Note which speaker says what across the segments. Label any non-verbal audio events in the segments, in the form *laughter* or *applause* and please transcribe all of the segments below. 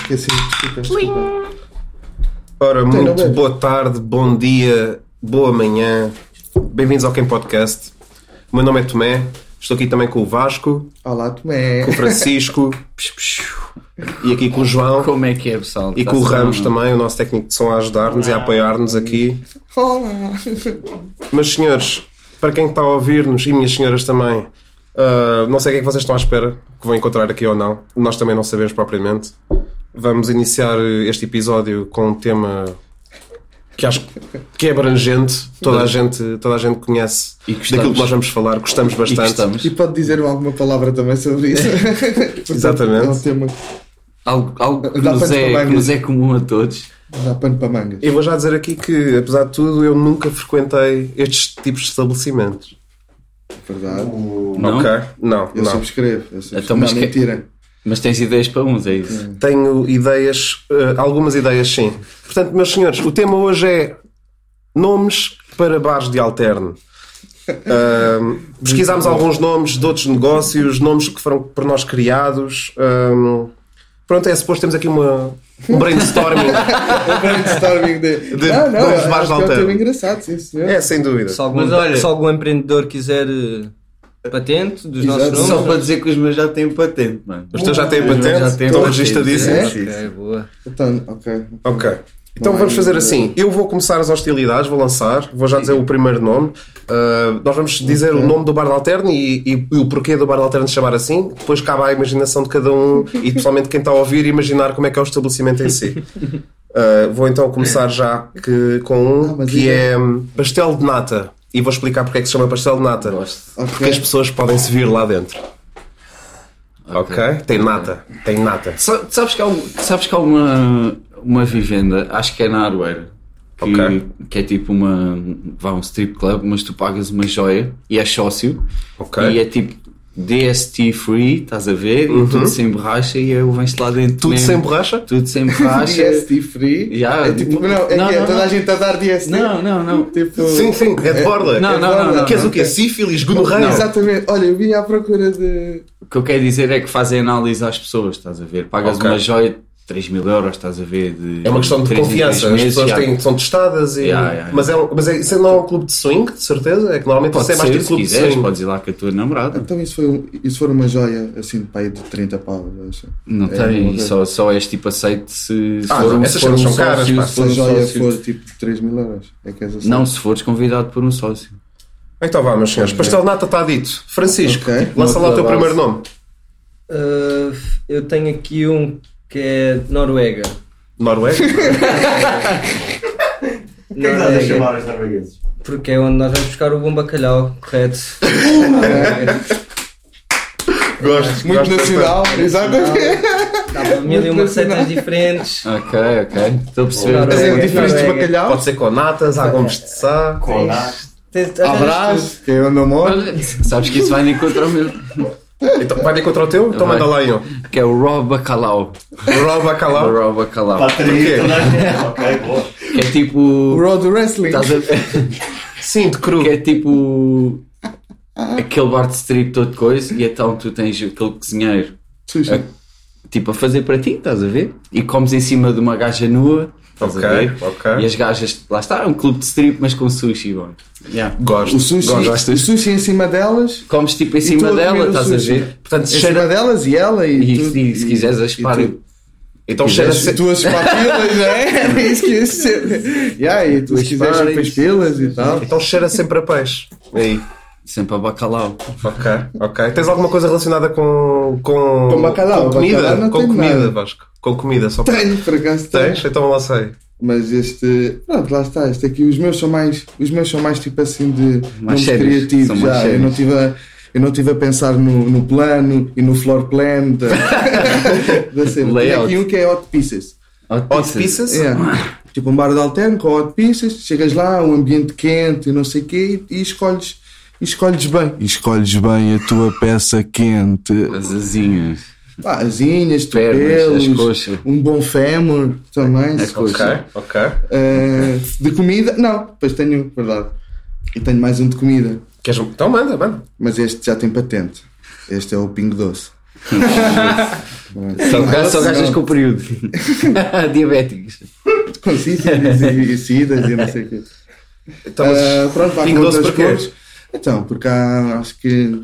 Speaker 1: esqueci-me, desculpa, desculpa.
Speaker 2: Ora,
Speaker 1: Tem
Speaker 2: muito
Speaker 1: nada.
Speaker 2: boa tarde, bom dia, boa manhã. Bem-vindos ao Quem Podcast. O meu nome é Tomé, estou aqui também com o Vasco,
Speaker 1: Olá, Tomé.
Speaker 2: com o Francisco psh, psh, e aqui com o João
Speaker 3: Como é que é, pessoal?
Speaker 2: e com o
Speaker 3: Está-se
Speaker 2: Ramos
Speaker 3: bem?
Speaker 2: também, o nosso técnico de som a ajudar-nos e a apoiar-nos aqui.
Speaker 1: Olá.
Speaker 2: Mas, senhores, para quem está a ouvir-nos e minhas senhoras também, ah, não sei o que é que vocês estão à espera que vão encontrar aqui ou não. Nós também não sabemos propriamente. Vamos iniciar eh, este episódio com um tema que acho que é abrangente. Toda a gente, toda a gente conhece
Speaker 3: E gostamos.
Speaker 2: daquilo que nós vamos falar, gostamos
Speaker 3: E que
Speaker 2: bastante.
Speaker 3: estamos.
Speaker 1: E pode dizer-me alguma palavra também sobre
Speaker 3: *laughs*
Speaker 1: isso? Portanto,
Speaker 2: Exatamente.
Speaker 1: É um tema
Speaker 3: Algo, algo que,
Speaker 1: Dá
Speaker 3: nos
Speaker 1: para
Speaker 3: é,
Speaker 1: trabalhar.
Speaker 3: que nos é comum a todos.
Speaker 1: que dá pano para mangas.
Speaker 2: Eu vou já dizer aqui que, apesar de tudo, eu nunca frequentei estes tipos de estabelecimentos.
Speaker 1: Verdade.
Speaker 3: Não?
Speaker 2: Ok? Não,
Speaker 1: Eu
Speaker 2: não.
Speaker 1: subscrevo. Eu subscrevo.
Speaker 3: Então, mas
Speaker 1: não,
Speaker 3: que- *laughs*
Speaker 1: mentira.
Speaker 3: Mas tens ideias para uns, é isso?
Speaker 2: Tenho ideias, eh, algumas ideias sim. Portanto, meus senhores, o tema hoje é nomes para bares de alterno. Ahm, pesquisámos alguns nomes de outros negócios, nomes que foram por nós criados. Ahm, pronto, é suposto temos aqui uma, um brainstorming. *laughs*
Speaker 1: É brainstorming de...
Speaker 2: De-
Speaker 1: não, não,
Speaker 2: vamos
Speaker 1: acho
Speaker 2: mais
Speaker 1: que é um
Speaker 2: alterno.
Speaker 1: tema engraçado, sim, senhor.
Speaker 2: é, sem dúvida.
Speaker 4: Se algum,
Speaker 3: Mas olha-
Speaker 4: se algum empreendedor quiser eh, patente dos
Speaker 1: Exato.
Speaker 4: nossos
Speaker 3: Só
Speaker 4: nomes.
Speaker 3: para dizer que os meus já têm patente, mano.
Speaker 2: Os teus já têm
Speaker 3: Os meus
Speaker 2: patente? É?
Speaker 3: têm
Speaker 2: Estão
Speaker 3: patente, É.
Speaker 2: registadíssimos?
Speaker 3: sim, sim.
Speaker 4: Ok, boa.
Speaker 1: Então, ok.
Speaker 2: Ok. Então
Speaker 1: Não
Speaker 2: vamos
Speaker 1: é
Speaker 2: fazer
Speaker 1: ainda.
Speaker 2: assim. Eu vou começar as hostilidades, vou lançar, vou já dizer o primeiro nome. Ah, nós vamos dizer o nome do Bar de Alterno e, e- e o porquê do Bar de Alterno se chamar assim. Depois cabe à imaginação de cada um e principalmente quem está a ouvir imaginar como é que é o estabelecimento em
Speaker 1: *laughs*
Speaker 2: si. Ah, vou então começar já que- com
Speaker 1: Ah,
Speaker 2: um
Speaker 1: mas
Speaker 2: que
Speaker 1: ainda-
Speaker 2: é hum, pastel de nata. E vou explicar porque é que se chama pastel de nata.
Speaker 3: Gosto.
Speaker 1: Ok.
Speaker 2: Porque as pessoas podem se vir lá dentro. Ok? Tem nata. Tem nata.
Speaker 3: Sa- Sabes que há, um- sabes que há uma, uma vivenda, acho que é na Arueira, que,
Speaker 2: Ok.
Speaker 3: que é tipo uma. Vá um strip club, mas tu pagas uma joia e és sócio.
Speaker 2: Ok.
Speaker 3: E é tipo DST free, estás a ver? E tudo sem borracha e eu vens lá dentro.
Speaker 2: Uhum. Tudo
Speaker 3: mesmo.
Speaker 2: sem borracha?
Speaker 3: Tudo
Speaker 2: *laughs*
Speaker 3: sem borracha.
Speaker 1: DST free.
Speaker 3: Já.
Speaker 1: É tipo, não, é
Speaker 3: Não,
Speaker 1: que é,
Speaker 3: não,
Speaker 1: toda a
Speaker 3: não.
Speaker 1: gente a dar DST.
Speaker 3: Não, não, não.
Speaker 1: Tipo...
Speaker 2: Sim, sim. É de borda.
Speaker 3: Não,
Speaker 2: É de
Speaker 3: não,
Speaker 2: borda.
Speaker 3: não, não,
Speaker 2: Queres
Speaker 3: não.
Speaker 2: o quê? Sífilis? Gonorreia?
Speaker 1: Exatamente. Olha, eu vim à procura de...
Speaker 3: O que eu quero dizer é que fazem análise às pessoas, estás a ver? Pagas
Speaker 2: Ok.
Speaker 3: uma joia de 3 mil euros, estás a ver? De
Speaker 2: É uma questão de
Speaker 3: três em três
Speaker 2: confiança. As
Speaker 3: meses,
Speaker 2: pessoas
Speaker 3: já.
Speaker 2: têm, são testadas e.
Speaker 3: Yeah, yeah,
Speaker 2: Mas, é um, mas é, isso não é um clube de swing, de certeza? É que normalmente
Speaker 3: Pode
Speaker 2: isso é mais
Speaker 3: ser,
Speaker 2: tipo
Speaker 3: se
Speaker 2: clube de
Speaker 3: quiseres,
Speaker 2: swing.
Speaker 3: podes ir lá com a tua namorada.
Speaker 1: Então isso foi, um- isso foi uma joia assim de pai de 30 pau, eu acho.
Speaker 3: Não
Speaker 1: É, uma
Speaker 3: tem,
Speaker 1: coisa.
Speaker 3: só, só és tipo aceito se se
Speaker 2: Ah,
Speaker 3: for um,
Speaker 2: essas
Speaker 3: se for um
Speaker 2: cenas são
Speaker 3: sócio.
Speaker 2: caras, pá.
Speaker 3: se
Speaker 1: Se
Speaker 3: for
Speaker 1: a
Speaker 3: um
Speaker 1: joia
Speaker 3: sócio.
Speaker 1: for tipo de 3 mil euros, é que és assim.
Speaker 3: Não, se fores convidado por um sócio.
Speaker 2: Então vá, meus senhores. Pastel de nata está dito. Francisco,
Speaker 1: Ok.
Speaker 2: lança lá o teu
Speaker 3: Outra
Speaker 2: primeiro nome.
Speaker 4: Eh, eu tenho aqui um que é de Noruega.
Speaker 2: *laughs* Noruega?
Speaker 5: Quem é que estás a chamar os noruegueses?
Speaker 4: Porque é onde nós vamos buscar o bom bacalhau,
Speaker 5: *laughs*
Speaker 4: correto? Eh,
Speaker 2: gosto.
Speaker 1: Muito
Speaker 2: gosto
Speaker 1: nacional, exatamente.
Speaker 4: Dá para mil e uma
Speaker 1: Muito
Speaker 4: receitas diferentes.
Speaker 3: Ok, ok. Estou a perceber.
Speaker 4: Claro,
Speaker 1: É
Speaker 4: é.
Speaker 1: diferente de
Speaker 4: Noruega.
Speaker 2: bastante.
Speaker 1: bacalhau.
Speaker 2: Pode ser com natas, há gomes de sá.
Speaker 5: Conas.
Speaker 4: Tens-
Speaker 1: Abraço, que é eu não moro.
Speaker 3: Olha, sabes que isso vai encontrar o meu.
Speaker 2: Então, vai de contra o teu? Então
Speaker 3: Vai.
Speaker 2: manda lá em um.
Speaker 3: Que é o Raw Bacalhau.
Speaker 2: Raw bacalhau.
Speaker 3: Raw Bacalhau.
Speaker 5: Para atrair toda a gente. Ok, boa.
Speaker 3: Que é tipo.
Speaker 1: O Road Wrestling.
Speaker 3: Estás a ver?
Speaker 2: Sim, de cru.
Speaker 3: Que é tipo. Aquele bar de strip todo coisa e então tu tens aquele cozinheiro
Speaker 1: Sushi.
Speaker 3: tipo a fazer para ti, estás a ver? E comes em cima de uma gaja nua, estás
Speaker 2: Ok,
Speaker 3: a ver?
Speaker 2: ok.
Speaker 3: E as gajas, lá está, é um clube de strip, mas com sushi, bom. Yeah.
Speaker 2: Gosto.
Speaker 1: O sushi,
Speaker 2: Gosto.
Speaker 1: o sushi em cima delas.
Speaker 3: Comes tipo em
Speaker 1: e tu
Speaker 3: cima
Speaker 1: a comer
Speaker 3: dela,
Speaker 1: o
Speaker 3: estás a
Speaker 1: sushi.
Speaker 3: ver? Portanto,
Speaker 1: Em
Speaker 3: cheira.
Speaker 1: cima delas e ela e,
Speaker 3: E,
Speaker 1: tudo.
Speaker 3: e se quiseres, as
Speaker 1: e
Speaker 3: para.
Speaker 1: tu-
Speaker 2: Então cheira a
Speaker 1: Quiseres
Speaker 2: se-
Speaker 1: as tuas papilas,
Speaker 3: *laughs*
Speaker 1: é? É isso que eu ia dizer. Yeah, e tu se quiseres
Speaker 3: pares.
Speaker 1: papilas e tal.
Speaker 2: Então cheira sempre a peixe. Aí.
Speaker 3: Sempre a bacalhau.
Speaker 2: Ok, ok. Tens alguma coisa relacionada com. Com,
Speaker 1: Com bacalhau.
Speaker 2: com comida?
Speaker 1: Bacalhau não
Speaker 2: com
Speaker 1: tenho
Speaker 2: comida,
Speaker 1: nada.
Speaker 2: Vasco. Com comida, só para.
Speaker 1: Tenho, por acaso tenho.
Speaker 2: Tens? Então lá sei.
Speaker 1: Mas este, pronto, lá está, este aqui, os meus são mais, os meus são mais tipo assim de nomes
Speaker 3: sérios, são
Speaker 1: criativos,
Speaker 3: mais
Speaker 1: já, eu
Speaker 3: sérios.
Speaker 1: não tive a, eu não tive a pensar no, no plano e no floor plan
Speaker 3: *laughs*
Speaker 1: da, da cena. Tem
Speaker 3: Layout.
Speaker 1: aqui um que é hot pieces.
Speaker 2: Hot pieces?
Speaker 1: É. Tipo um bar de alterno com hot pieces, chegas lá, um ambiente quente e não sei o quê e, e escolhes, e escolhes bem. E escolhes bem a tua peça quente.
Speaker 3: As asinhas.
Speaker 1: Pá, asinhas,
Speaker 3: Pernas, as
Speaker 1: topelos,
Speaker 3: coxas. É
Speaker 1: um bom fémur também.
Speaker 3: As
Speaker 1: se
Speaker 2: Ok,
Speaker 3: coxas.
Speaker 2: ok.
Speaker 1: Uh, de comida, não, depois tenho, verdade. E tenho mais um de comida,
Speaker 2: Queres... Então manda, manda.
Speaker 1: mas este já tem patente. Este é o Pingo Doce. *laughs*
Speaker 3: São ga- são gajas com período. Diabéticos.
Speaker 1: Com
Speaker 2: *laughs*
Speaker 1: sífilis e, e sidas e não sei o quê.
Speaker 2: Então, mas
Speaker 1: Ah, pronto, há
Speaker 2: Pingo Doce
Speaker 1: muitas
Speaker 2: porquê?
Speaker 1: cores. Então, porque há, acho que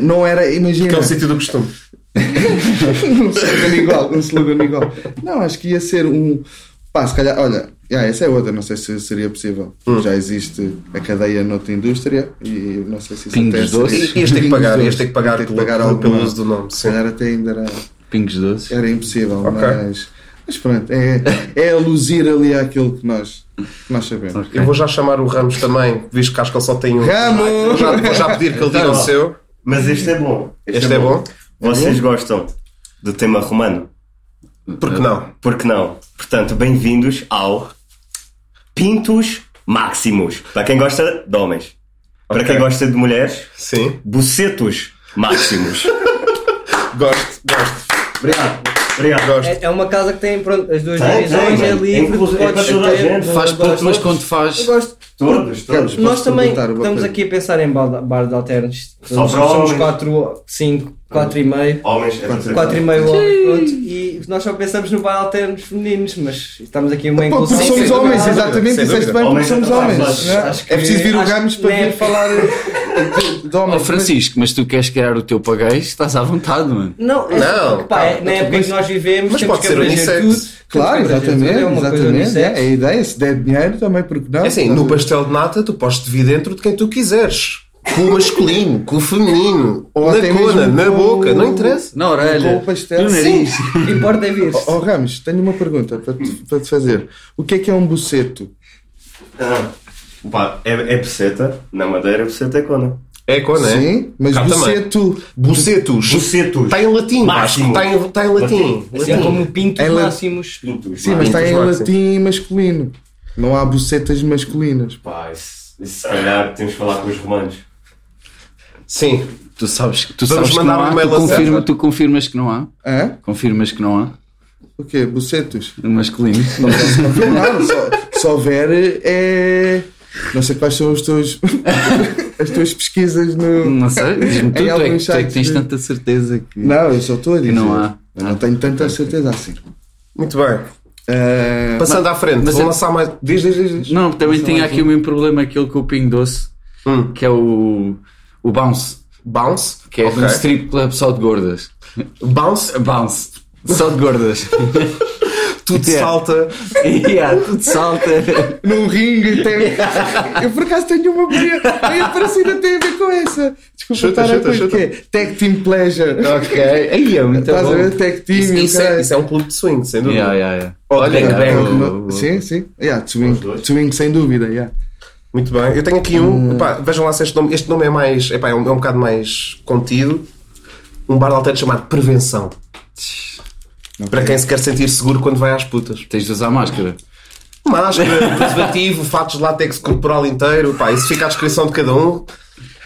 Speaker 1: não era, imagina,
Speaker 2: que é o sítio do costume.
Speaker 1: um slogan igual, um slogan igual. Não, acho que ia ser um, pá, se calhar, olha, já, essa é outra, não sei se seria possível.
Speaker 2: Hum.
Speaker 1: Já existe a cadeia noutra indústria e não sei se isso
Speaker 3: Pingos
Speaker 1: até
Speaker 3: doces?
Speaker 1: seria-
Speaker 2: E- Ias ter que
Speaker 1: Pingos
Speaker 2: pagar, ias
Speaker 1: doces.
Speaker 2: ter que pagar
Speaker 1: Ter
Speaker 2: pelo pelo-
Speaker 1: alguma-
Speaker 2: pelo uso do nome.
Speaker 1: Se
Speaker 2: Sim.
Speaker 1: calhar até ainda era...
Speaker 3: Pingos doces.
Speaker 1: Era impossível,
Speaker 2: Ok.
Speaker 1: mas, mas pronto, é, é aluzir ali àquilo que nós, que nós sabemos. Ah,
Speaker 2: Eu vou já chamar o Ramos também, visto que acho que ele só tem um. Vou
Speaker 1: Ramos! Então,
Speaker 2: já, vou já pedir que ele diga o seu.
Speaker 5: Mas este é bom.
Speaker 2: Este é bom?
Speaker 5: Vocês gostam do tema romano?
Speaker 2: Porque não?
Speaker 5: Por que não? Portanto, bem-vindos ao Pintos Máximos. Para quem gosta de homens. Para
Speaker 2: Ok.
Speaker 5: quem gosta de mulheres,
Speaker 2: Sim.
Speaker 5: Bucetos Máximos.
Speaker 2: Gosto, gosto,
Speaker 5: Obrigado. Obrigado.
Speaker 2: gosto.
Speaker 4: É, é uma casa que tem pronto, as duas
Speaker 5: Tem,
Speaker 4: divisões, é
Speaker 5: tem, mano.
Speaker 4: livre,
Speaker 5: É inclusive- é
Speaker 4: podes
Speaker 5: para toda a
Speaker 4: ter-
Speaker 5: gente.
Speaker 4: não-
Speaker 3: Faz
Speaker 4: agora-
Speaker 3: pouco, mas quando
Speaker 4: Eu
Speaker 3: faz.
Speaker 4: gosto.
Speaker 5: Todos, todos.
Speaker 1: Posso
Speaker 4: Nós também
Speaker 1: perguntar uma
Speaker 4: estamos
Speaker 1: coisa?
Speaker 4: aqui a pensar em bar, bar de alternos.
Speaker 5: Só
Speaker 4: Somos
Speaker 5: para homens.
Speaker 4: 4, 5, 4 e meio.
Speaker 5: Homens, é
Speaker 1: Quatro-
Speaker 4: 4 e meio homens, pronto, e nós só pensamos no bar de alternos femininos, mas estamos aqui uma
Speaker 1: Pô, Porque
Speaker 4: inclusão.
Speaker 1: somos
Speaker 2: sem
Speaker 1: homens,
Speaker 2: dúvida,
Speaker 1: exatamente,
Speaker 2: sem
Speaker 1: disseste
Speaker 2: dúvida.
Speaker 1: bem, porque
Speaker 5: Homens
Speaker 1: somos
Speaker 5: atrasados.
Speaker 1: homens. né?
Speaker 4: Acho que-
Speaker 1: É preciso vir o
Speaker 4: acho
Speaker 1: Ramos
Speaker 4: que
Speaker 1: para vir
Speaker 4: nem- é
Speaker 1: falar de, de homens.
Speaker 3: Ó oh, Francisco, mas tu queres criar o teu paguês? Estás à vontade, mano.
Speaker 4: Não, é
Speaker 2: Não,
Speaker 4: não pá, é,
Speaker 2: calma,
Speaker 4: na época em que nós vivemos,
Speaker 2: mas
Speaker 4: temos
Speaker 2: pode
Speaker 4: que
Speaker 2: ser
Speaker 4: abranger
Speaker 2: unissex.
Speaker 4: tudo.
Speaker 1: Mas, claro,
Speaker 4: Temos que abranger
Speaker 1: exatamente,
Speaker 4: tudo, é uma coisa
Speaker 1: exatamente.
Speaker 4: unissex.
Speaker 1: É a ideia, se der dinheiro também, porque não?
Speaker 2: É assim, no pastel de nata tu podes dividendo de quem tu quiseres. Com o masculino, com o feminino,
Speaker 1: Ou
Speaker 2: na
Speaker 1: até
Speaker 2: cona,
Speaker 1: mesmo
Speaker 2: na
Speaker 1: com-
Speaker 2: boca, não interessa.
Speaker 3: Na orelha.
Speaker 1: Com o pastel.
Speaker 3: No nariz.
Speaker 4: Importa é vir.
Speaker 1: Oh, Ramos, tenho uma pergunta para te, para te fazer. O que é que é um buceto?
Speaker 5: Ah, pá, é, é buceta. Na madeira, buceta é cona.
Speaker 2: É cona, é?
Speaker 1: Sim, mas
Speaker 2: Cá também.
Speaker 1: buceto
Speaker 2: Bucetos.
Speaker 5: Bucetos.
Speaker 2: Está tá em latim, Vasco.
Speaker 5: Máximo.
Speaker 2: Está em, está em latim.
Speaker 5: Latim.
Speaker 4: Assim
Speaker 2: Latim.
Speaker 4: como pintos
Speaker 1: Ela-
Speaker 4: máximos.
Speaker 5: Pintos
Speaker 1: Sim, mas
Speaker 5: máximos.
Speaker 1: está em
Speaker 2: Marcos.
Speaker 1: latim masculino. Não há bucetas masculinas.
Speaker 5: Pá, isso, isso se calhar temos que falar com os romanos.
Speaker 2: Sim.
Speaker 3: Tu sabes, tu
Speaker 2: Vamos
Speaker 3: sabes que
Speaker 2: mandar
Speaker 3: não
Speaker 2: um
Speaker 3: há.
Speaker 2: e-mail
Speaker 3: Tu,
Speaker 2: a
Speaker 3: confirma,
Speaker 2: César.
Speaker 3: tu confirmas que não há.
Speaker 1: Hã?
Speaker 3: Confirmas que não há.
Speaker 1: O quê? Bucetos?
Speaker 3: Masculino.
Speaker 1: *laughs* Não, não, só, se houver é. Não sei quais são os teus, *laughs* as tuas pesquisas
Speaker 4: Hum.
Speaker 1: no.
Speaker 3: *laughs* Não sei. Diz-me tu, tu
Speaker 1: Em
Speaker 3: é, que-
Speaker 1: alguns
Speaker 3: tu é que tens
Speaker 1: sites,
Speaker 3: tanta certeza que.
Speaker 1: Não, eu só estou a dizer.
Speaker 3: não há.
Speaker 1: Eu não tenho tanta certeza assim.
Speaker 2: Muito bem.
Speaker 1: Ah,
Speaker 2: Passando à frente,
Speaker 3: mas
Speaker 2: vou
Speaker 3: é-
Speaker 2: lançar mais. Diz, diz, diz. diz.
Speaker 3: Não, também tinha aqui o mesmo problema que ele com o Pingo Doce,
Speaker 2: Hum.
Speaker 3: que é o, o Bounce,
Speaker 2: Bounce.
Speaker 3: que é
Speaker 2: Ok.
Speaker 3: um strip club só de gordas.
Speaker 2: Bounce.
Speaker 3: Bounce, só
Speaker 1: *laughs*
Speaker 3: de gordas.
Speaker 2: Tudo
Speaker 3: Yeah.
Speaker 2: salta.
Speaker 3: yeah, tudo salta.
Speaker 1: num ringue tem. Eu por acaso tenho uma bem bem parecida, tem a ver com essa. Desculpa,
Speaker 2: Chuta,
Speaker 1: estar a
Speaker 2: chuta,
Speaker 1: coisa
Speaker 2: chuta. Tá
Speaker 1: que é Tag Team
Speaker 2: *laughs*
Speaker 1: Pleasure.
Speaker 2: Ok. Aí é muito
Speaker 1: Estás a ver? Tag Team.
Speaker 2: Isso,
Speaker 1: e o
Speaker 2: isso é,
Speaker 1: caralho.
Speaker 2: isso é um clube de swing, sem dúvida.
Speaker 3: yeah, yeah, yeah.
Speaker 2: Olha,
Speaker 1: é
Speaker 3: Yeah,
Speaker 2: Tá bem.
Speaker 3: o-
Speaker 1: No-
Speaker 3: o-
Speaker 1: Sim, sim. Yeah,
Speaker 5: Os
Speaker 1: swing,
Speaker 5: dois.
Speaker 1: swing sem dúvida. Yeah.
Speaker 2: Muito bem. Eu tenho aqui um. Epá, vejam lá se este nome. Este nome é mais. Epá, é, um, é um bocado mais contido. Um bar de alterno chamado Prevenção. Para quem se quer sentir seguro quando vai às putas.
Speaker 3: Tens de usar máscara.
Speaker 2: Máscara, *laughs* preservativo, fatos de látex corporal inteiro. Pá, isso fica à descrição de cada um.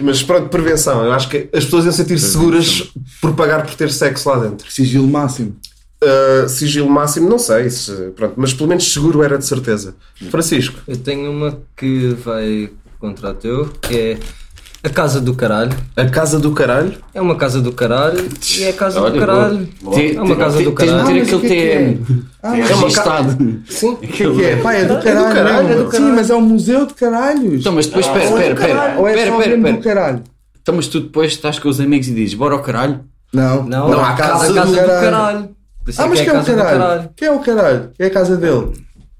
Speaker 2: Mas pronto, prevenção. Eu acho que as pessoas iam sentir seguras por pagar por ter sexo lá dentro.
Speaker 1: Sigilo máximo.
Speaker 2: Uh, sigilo máximo, não sei. se- pronto, mas pelo menos seguro era de certeza. Francisco.
Speaker 4: Eu tenho uma que vai contra a teu, que é a casa do caralho.
Speaker 2: A casa do caralho.
Speaker 4: É uma casa do caralho e é a casa
Speaker 3: Olha,
Speaker 4: do caralho.
Speaker 3: boa. Te-
Speaker 4: É uma
Speaker 3: te-
Speaker 4: casa
Speaker 3: te-
Speaker 4: do
Speaker 3: tens de ter
Speaker 4: caralho.
Speaker 1: Ah, mas o que é que
Speaker 3: aquele TM.
Speaker 1: Ah,
Speaker 3: É
Speaker 2: uma
Speaker 3: registado.
Speaker 2: Sim.
Speaker 1: o que é que é? Pá, é do caralho.
Speaker 2: caralho,
Speaker 1: não?
Speaker 2: é do
Speaker 1: Sim, mas é um museu de caralhos.
Speaker 3: Então, mas depois, espera,
Speaker 1: Ou é
Speaker 3: espera,
Speaker 1: do caralho,
Speaker 3: espera.
Speaker 1: Ou é
Speaker 3: Espera,
Speaker 1: só
Speaker 3: espera,
Speaker 1: mesmo do
Speaker 3: espera.
Speaker 1: caralho.
Speaker 3: Então, mas tu depois estás com os amigos e dizes, bora ao caralho.
Speaker 1: Não.
Speaker 4: Não, é
Speaker 2: Não,
Speaker 4: a
Speaker 2: a
Speaker 4: casa,
Speaker 2: casa
Speaker 4: casa
Speaker 1: do
Speaker 4: do
Speaker 1: caralho.
Speaker 4: caralho. Por isso
Speaker 1: Ah, mas
Speaker 4: que
Speaker 1: quem é o
Speaker 4: a casa do
Speaker 1: caralho? Quem é o caralho? Quem é a casa dele?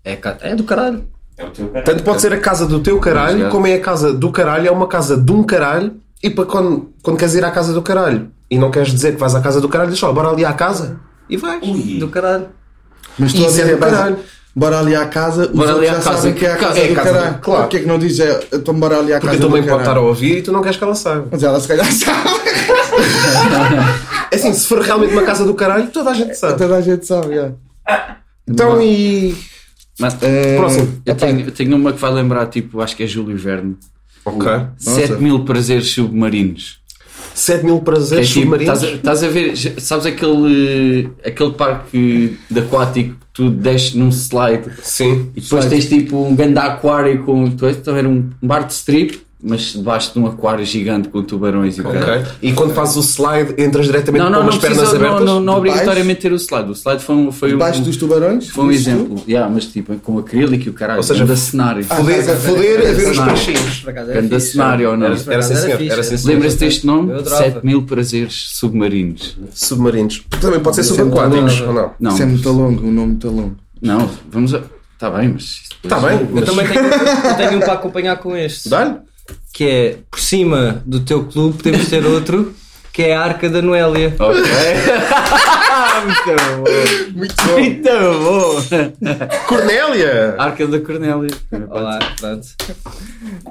Speaker 4: É, ca- é do caralho.
Speaker 5: É o teu cara.
Speaker 2: Tanto pode ser a casa do teu caralho,
Speaker 3: Obrigado.
Speaker 2: como é a casa do caralho, é uma casa de um caralho, e para quando, quando queres ir à casa do caralho e não queres dizer que vais à casa do caralho, diz só, bora ali à casa e vais.
Speaker 5: Ui.
Speaker 4: Do caralho.
Speaker 1: Mas tu
Speaker 2: Isso é do caralho.
Speaker 1: Bora ali à casa, os
Speaker 3: Bora ali
Speaker 1: outros
Speaker 3: à
Speaker 1: já
Speaker 3: casa.
Speaker 1: sabem que é a casa
Speaker 2: É a
Speaker 1: do
Speaker 2: casa do-
Speaker 1: caralho.
Speaker 2: claro.
Speaker 1: Porquê que não diz é, então bora ali à
Speaker 2: Porque
Speaker 1: casa
Speaker 2: tu
Speaker 1: do
Speaker 2: também
Speaker 1: caralho?
Speaker 2: pode estar a ouvir e tu não queres que ela saiba.
Speaker 1: Mas ela se calhar *laughs* sabe.
Speaker 2: É Assim, se for realmente uma casa do caralho, toda a gente sabe.
Speaker 1: Toda a gente sabe, yeah.
Speaker 2: Então e.
Speaker 3: Mas,
Speaker 1: Eh,
Speaker 2: Próximo.
Speaker 3: eu, tenho, eu tenho uma que vai lembrar, tipo, acho que é Júlio Verne.
Speaker 2: Então, Ok.
Speaker 3: 7 mil prazeres submarinos.
Speaker 2: 7 mil
Speaker 3: É
Speaker 2: prazeres
Speaker 3: tipo,
Speaker 2: submarinos.
Speaker 3: estás, a, estás a ver, já- sabes aquele, eh, aquele parque de aquático que tu desces num slide
Speaker 2: Sim.
Speaker 3: e depois tens tipo um grande aquário com. tu és- Então era um bar de strip mas debaixo de um aquário gigante com tubarões e o caralho.
Speaker 2: E quando fazes o slide, entras diretamente
Speaker 3: Não,
Speaker 2: com
Speaker 3: não,
Speaker 2: as
Speaker 3: não
Speaker 2: pernas
Speaker 3: precisa, não,
Speaker 2: abertas?
Speaker 3: não, não
Speaker 1: Debaixo?
Speaker 3: obrigatoriamente ter o slide. O slide foi um, foi um,
Speaker 1: Debaixo dos tubarões?
Speaker 3: foi um
Speaker 1: Isso
Speaker 3: exemplo. Yeah, mas tipo, com acrílico e o caralho.
Speaker 2: Ou seja,
Speaker 3: grande cenário.
Speaker 2: Foder,
Speaker 1: Ah,
Speaker 2: foder a ver os
Speaker 3: não.
Speaker 2: peixinhos.
Speaker 4: Por acaso é
Speaker 3: Grande
Speaker 4: fixe,
Speaker 3: cenário, ou não?
Speaker 4: Mas por
Speaker 2: Era
Speaker 4: acaso
Speaker 2: sim, senhor,
Speaker 4: fixe,
Speaker 2: era sim, senhor.
Speaker 3: Lembra-se deste nome?
Speaker 4: Eu adorava.
Speaker 3: 7000 prazeres submarinos.
Speaker 2: Submarinos. Também pode ser subaquáticos, ou não?
Speaker 3: Não,
Speaker 1: é muito longo, o nome muito longo.
Speaker 3: não, vamos a. Está bem, mas.
Speaker 2: Está Tá
Speaker 1: Tá
Speaker 2: bem,
Speaker 4: Eu
Speaker 2: mas
Speaker 4: também tenho, eu tenho um para acompanhar com este.
Speaker 2: dá-lhe.
Speaker 4: Que é, por cima do teu clube podemos ter outro, que é a Arca da Noélia.
Speaker 3: é Muito bom!
Speaker 2: Cornélia!
Speaker 3: Arca da Cornélia.
Speaker 4: Olá, pronto.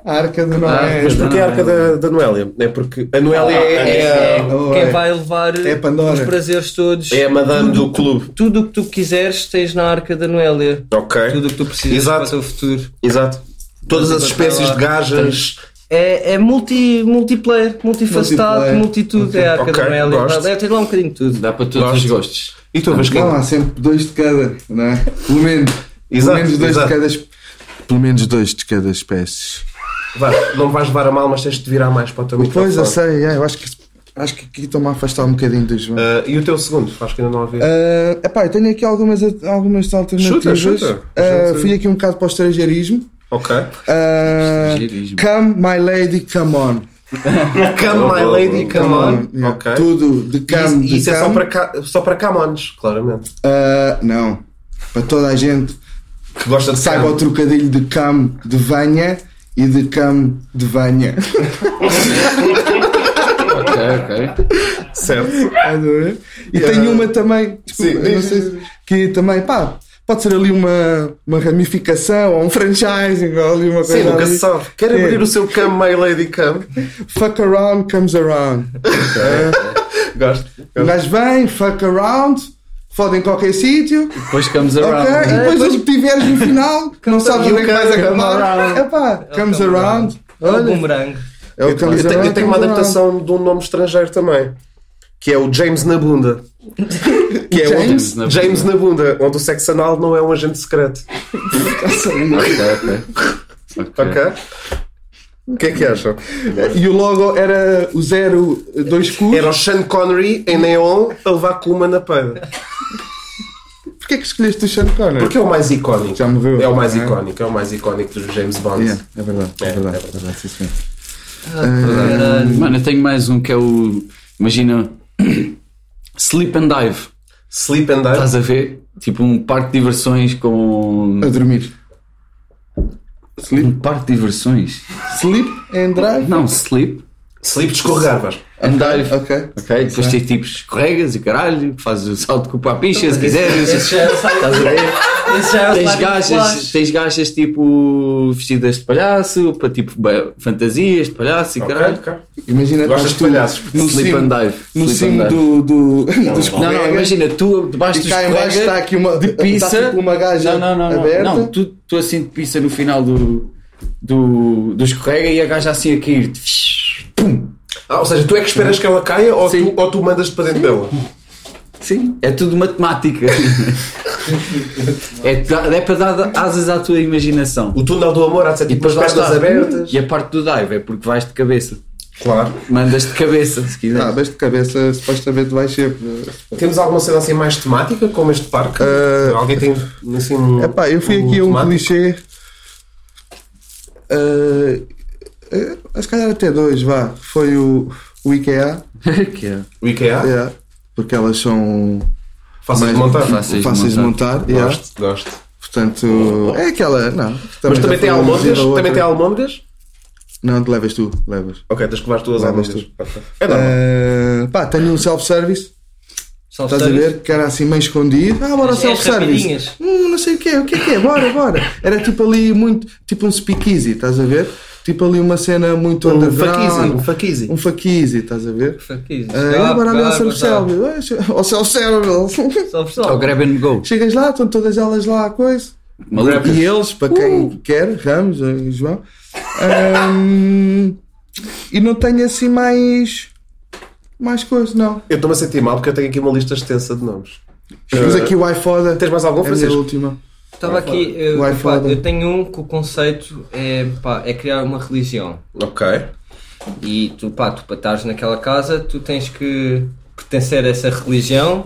Speaker 1: A Arca do
Speaker 3: Arca
Speaker 1: Noé.
Speaker 2: Ah,
Speaker 1: é?
Speaker 2: Mas porquê a arca da, da Noélia? É porque a Noélia é, é, a-
Speaker 1: Oh,
Speaker 4: Quem
Speaker 1: é.
Speaker 4: vai levar
Speaker 1: É Pandora.
Speaker 4: os prazeres todos.
Speaker 2: é a madame do clube.
Speaker 4: Tudo o que tu quiseres tens na Arca da Noélia.
Speaker 2: Ok.
Speaker 4: Tudo o que tu precisas
Speaker 2: Exato.
Speaker 4: para o teu futuro.
Speaker 2: Exato. Todas as espécies de gajas.
Speaker 4: É, é multi, multiplayer, multifacetado,
Speaker 1: Multiplayer.
Speaker 4: multitudo. É a Arca
Speaker 2: Ok,
Speaker 4: da Noélia.
Speaker 2: gosto.
Speaker 4: É, tem lá um bocadinho de tudo.
Speaker 3: Dá para todos
Speaker 2: Gosto.
Speaker 3: os gostos.
Speaker 2: E tu, Vasquinho?
Speaker 1: Não, há sempre dois de cada, não é? Pelo menos.
Speaker 2: Exato,
Speaker 1: pelo menos dois
Speaker 2: exato.
Speaker 1: de cada. es- Pelo menos dois de cada espécie.
Speaker 2: Vá, não me vais levar a mal, mas tens de te virar mais para o teu
Speaker 1: Pois, eu
Speaker 2: microfone.
Speaker 1: sei, é, eu acho que, acho que aqui estou-me a afastar um bocadinho do João.
Speaker 2: Ah, e o teu segundo? Acho que ainda não havia.
Speaker 1: Ah, epá, eu tenho aqui algumas, algumas alternativas.
Speaker 2: Chuta, chuta.
Speaker 1: Ah,
Speaker 2: Gente-
Speaker 1: fui aqui um bocado para o estrangeirismo.
Speaker 2: ok.
Speaker 1: Ah,
Speaker 3: Estrangeirismo.
Speaker 1: come, my lady, come on.
Speaker 2: Come, my lady, come on.
Speaker 1: Yeah.
Speaker 2: Ok.
Speaker 1: Tudo de come,
Speaker 2: E
Speaker 1: de
Speaker 2: isso é só
Speaker 1: come.
Speaker 2: para, ca... só para camões, claramente.
Speaker 1: Ah, não, para toda a gente.
Speaker 2: Que gosta de
Speaker 1: Saiba o
Speaker 2: cam.
Speaker 1: trocadilho de come, de venha e de come, de *laughs* venha.
Speaker 3: Ok, ok.
Speaker 2: Certo.
Speaker 1: Adorei. E tenho uma também, desculpa,
Speaker 2: Sim,
Speaker 1: eu não
Speaker 2: diz,
Speaker 1: sei
Speaker 2: diz,
Speaker 1: se- que também, pá, pode ser ali uma, uma ramificação ou um franchising ou ali uma coisa.
Speaker 2: Sim, nunca
Speaker 1: ali.
Speaker 2: se sabe. Quer
Speaker 1: É.
Speaker 2: abrir o seu cam, my lady, cam.
Speaker 1: Fuck around comes around.
Speaker 2: Gosto.
Speaker 1: Um
Speaker 2: gosto.
Speaker 1: gajo vem, fuck around, fode em qualquer sítio,
Speaker 3: Depois comes
Speaker 1: ok?
Speaker 3: around.
Speaker 1: E depois o que tiveres no
Speaker 3: *laughs*
Speaker 1: final, que não sabes onde é que
Speaker 2: around.
Speaker 1: vais acabar, é pá, comes
Speaker 4: come
Speaker 1: around.
Speaker 4: É o
Speaker 1: Olha,
Speaker 4: bumerangue.
Speaker 1: é o comes
Speaker 2: Eu tenho, eu
Speaker 1: around,
Speaker 2: tenho uma
Speaker 1: comes around.
Speaker 2: adaptação de um nome estrangeiro também, que é o James na *laughs* bunda. Que é onde-
Speaker 3: James na
Speaker 2: James na bunda, onde o sexo anal não é um agente secreto. Ok?
Speaker 3: Ok, ok.
Speaker 2: O que é que acham?
Speaker 1: E o logo era o zero, dois escuros.
Speaker 2: Era o Sean Connery em neon a levar com uma na peida.
Speaker 1: Porquê que escolheste o Sean Connery?
Speaker 2: Porque é o mais icónico.
Speaker 1: Já morreu,
Speaker 2: É o mais
Speaker 1: não é?
Speaker 2: icónico, é o mais icónico dos James Bond.
Speaker 1: Yeah, é verdade, é,
Speaker 2: É,
Speaker 1: verdade,
Speaker 2: é
Speaker 1: é verdade, sim, senhor.
Speaker 4: Caralho.
Speaker 3: Mano, eu tenho mais um que é o. Imagina. *clears throat* Sleep and Dive.
Speaker 2: Sleep and Dive.
Speaker 3: Estás a ver? Tipo um parque de diversões com.
Speaker 1: A dormir.
Speaker 3: Um parque de diversões?
Speaker 1: Sleep and drive?
Speaker 3: Não, sleep
Speaker 2: Sleep de escorregar, Vasco.
Speaker 3: and dive.
Speaker 1: Ok.
Speaker 3: Ok, depois tens tipo escorregas e caralho, fazes o salto com o papicha se quiseres.
Speaker 4: Esse já é o slide.
Speaker 3: Estás a ver?
Speaker 4: Esse já é o
Speaker 3: Tens
Speaker 4: slide do
Speaker 3: gajas,
Speaker 4: Flash.
Speaker 3: tens gajas tipo vestidas de palhaço, para tipo ba- fantasias de palhaço e
Speaker 2: Ok,
Speaker 3: caralho.
Speaker 2: ok.
Speaker 1: Imagina
Speaker 2: Gostas
Speaker 1: estás
Speaker 2: de palhaços?
Speaker 1: no
Speaker 3: Sleep
Speaker 1: cimo,
Speaker 3: and dive.
Speaker 1: No
Speaker 3: Sleep and
Speaker 1: cimo
Speaker 3: dive.
Speaker 1: do, do, dos
Speaker 3: Não, não,
Speaker 1: colegas
Speaker 3: imagina, tu debaixo
Speaker 1: E
Speaker 3: dos
Speaker 1: cá em baixo
Speaker 3: escorregas,
Speaker 1: está aqui uma,
Speaker 3: de pizza.
Speaker 1: Está tipo uma gaja
Speaker 3: não, não, não, não,
Speaker 1: aberta.
Speaker 3: não, tu, tu assim de pizza no final do, do, do escorrega e a gaja assim a cair.
Speaker 2: Ah, ou seja, tu é que esperas que ela caia ou
Speaker 3: Sim.
Speaker 2: tu, ou tu mandas-te para dentro dela?
Speaker 3: Sim. É tudo matemática. é, da- é para dar asas à tua imaginação.
Speaker 2: O túnel do amor há de ser
Speaker 3: E
Speaker 2: tipo
Speaker 3: depois
Speaker 2: as
Speaker 3: lá
Speaker 2: pernas
Speaker 3: está.
Speaker 2: abertas.
Speaker 3: E a parte do dive é porque vais de cabeça.
Speaker 2: Claro.
Speaker 3: Mandas de cabeça, se quiser.
Speaker 1: Ah, mas de cabeça, supostamente vai ser. né?
Speaker 2: Temos alguma cena assim mais temática, como este parque?
Speaker 1: Ah,
Speaker 2: Alguém tem assim um.
Speaker 1: Epá, eu fui aqui a um clichê. Uh, uh, se calhar até dois, vá. Foi o, o IKEA.
Speaker 3: *laughs* que é?
Speaker 2: O IKEA?
Speaker 1: yeah, porque elas são
Speaker 2: Fácil Ah. de
Speaker 1: Mais-
Speaker 2: montar.
Speaker 3: Fácil. Fáceis de
Speaker 1: fáceis de montar. yeah.
Speaker 2: Gosto, gosto.
Speaker 1: Portanto, é aquela. Não.
Speaker 2: Mas
Speaker 1: já
Speaker 2: também tem
Speaker 1: falamos
Speaker 2: almôndegas?
Speaker 1: da outra.
Speaker 2: Também tem almôndegas?
Speaker 1: Não, te levas tu, levas.
Speaker 2: Ok, tens que levar as tuas
Speaker 1: Levas
Speaker 2: almôndegas. Ok. É normal.
Speaker 1: Eh, pá, tenho um self-service, estás a
Speaker 4: Self-service.
Speaker 1: ver? Que era assim meio escondido. Ah, bora ao
Speaker 4: As- as
Speaker 1: self-service.
Speaker 4: rapidinhas.
Speaker 1: Hum, não sei o que é, o que é que é, bora, bora. Era tipo ali muito, tipo um speakeasy, estás a ver? Tipo ali uma cena muito
Speaker 2: Um faquizi. Um
Speaker 1: underground.
Speaker 2: faquizi.
Speaker 1: Um faquizi, estás a ver?
Speaker 4: Faquis.
Speaker 1: Eh, ah, bora ali ao
Speaker 4: Garbo, garbo,
Speaker 1: self-service. Ah, Ao self-service. *laughs*
Speaker 3: É o
Speaker 4: Self-service.
Speaker 3: grab and go.
Speaker 1: Chegas lá, estão todas elas lá, a coisa.
Speaker 3: Maluco.
Speaker 1: E eles, para quem
Speaker 2: Uh.
Speaker 1: quer, Ramos eh, João. Ahm, e não tenho assim mais. mais coisas, não.
Speaker 2: Eu estou-me a sentir mal porque eu tenho aqui uma lista extensa de nomes.
Speaker 1: Temos aqui o iFoda.
Speaker 2: Eh, Tens mais algum,
Speaker 1: É a minha
Speaker 2: Francisco?
Speaker 1: última.
Speaker 4: Estava aqui, eu,
Speaker 1: Vai
Speaker 4: pá,
Speaker 1: foda.
Speaker 4: eu tenho um que o conceito é, pá, é criar uma religião.
Speaker 2: Ok.
Speaker 4: E tu, pá, tu para estares naquela casa, tu tens que pertencer a essa religião.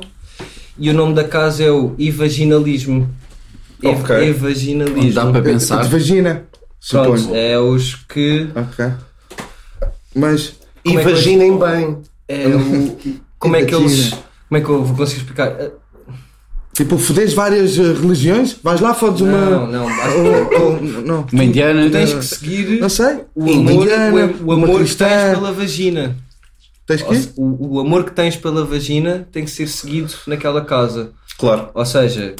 Speaker 4: E o nome da casa é o Evaginalismo. Ev-
Speaker 2: Ok.
Speaker 4: Evaginalismo.
Speaker 3: Dá para pensar.
Speaker 1: De vagina, suponho.
Speaker 4: Pronto, é os que.
Speaker 1: Ok. Mas
Speaker 2: E
Speaker 4: Como é que
Speaker 2: vaginem bem.
Speaker 4: É o, como é que eles.
Speaker 1: Evagina.
Speaker 4: Como é que eu vou conseguir explicar? Ah,
Speaker 1: tipo, fodes várias eh, religiões? Vais lá, fodes uma.
Speaker 4: Não, não, acho que-
Speaker 1: Ou- ou- não.
Speaker 3: Uma indiana.
Speaker 4: tu tens que seguir
Speaker 1: Não sei.
Speaker 4: o amor,
Speaker 1: Indiana,
Speaker 4: o, o
Speaker 1: uma
Speaker 4: amor que
Speaker 1: cristã.
Speaker 4: tens pela vagina.
Speaker 1: Tens que
Speaker 4: Ou
Speaker 1: ir?
Speaker 4: se- O, o amor que tens pela vagina tem que ser seguido naquela casa.
Speaker 2: Claro.
Speaker 4: Ou seja,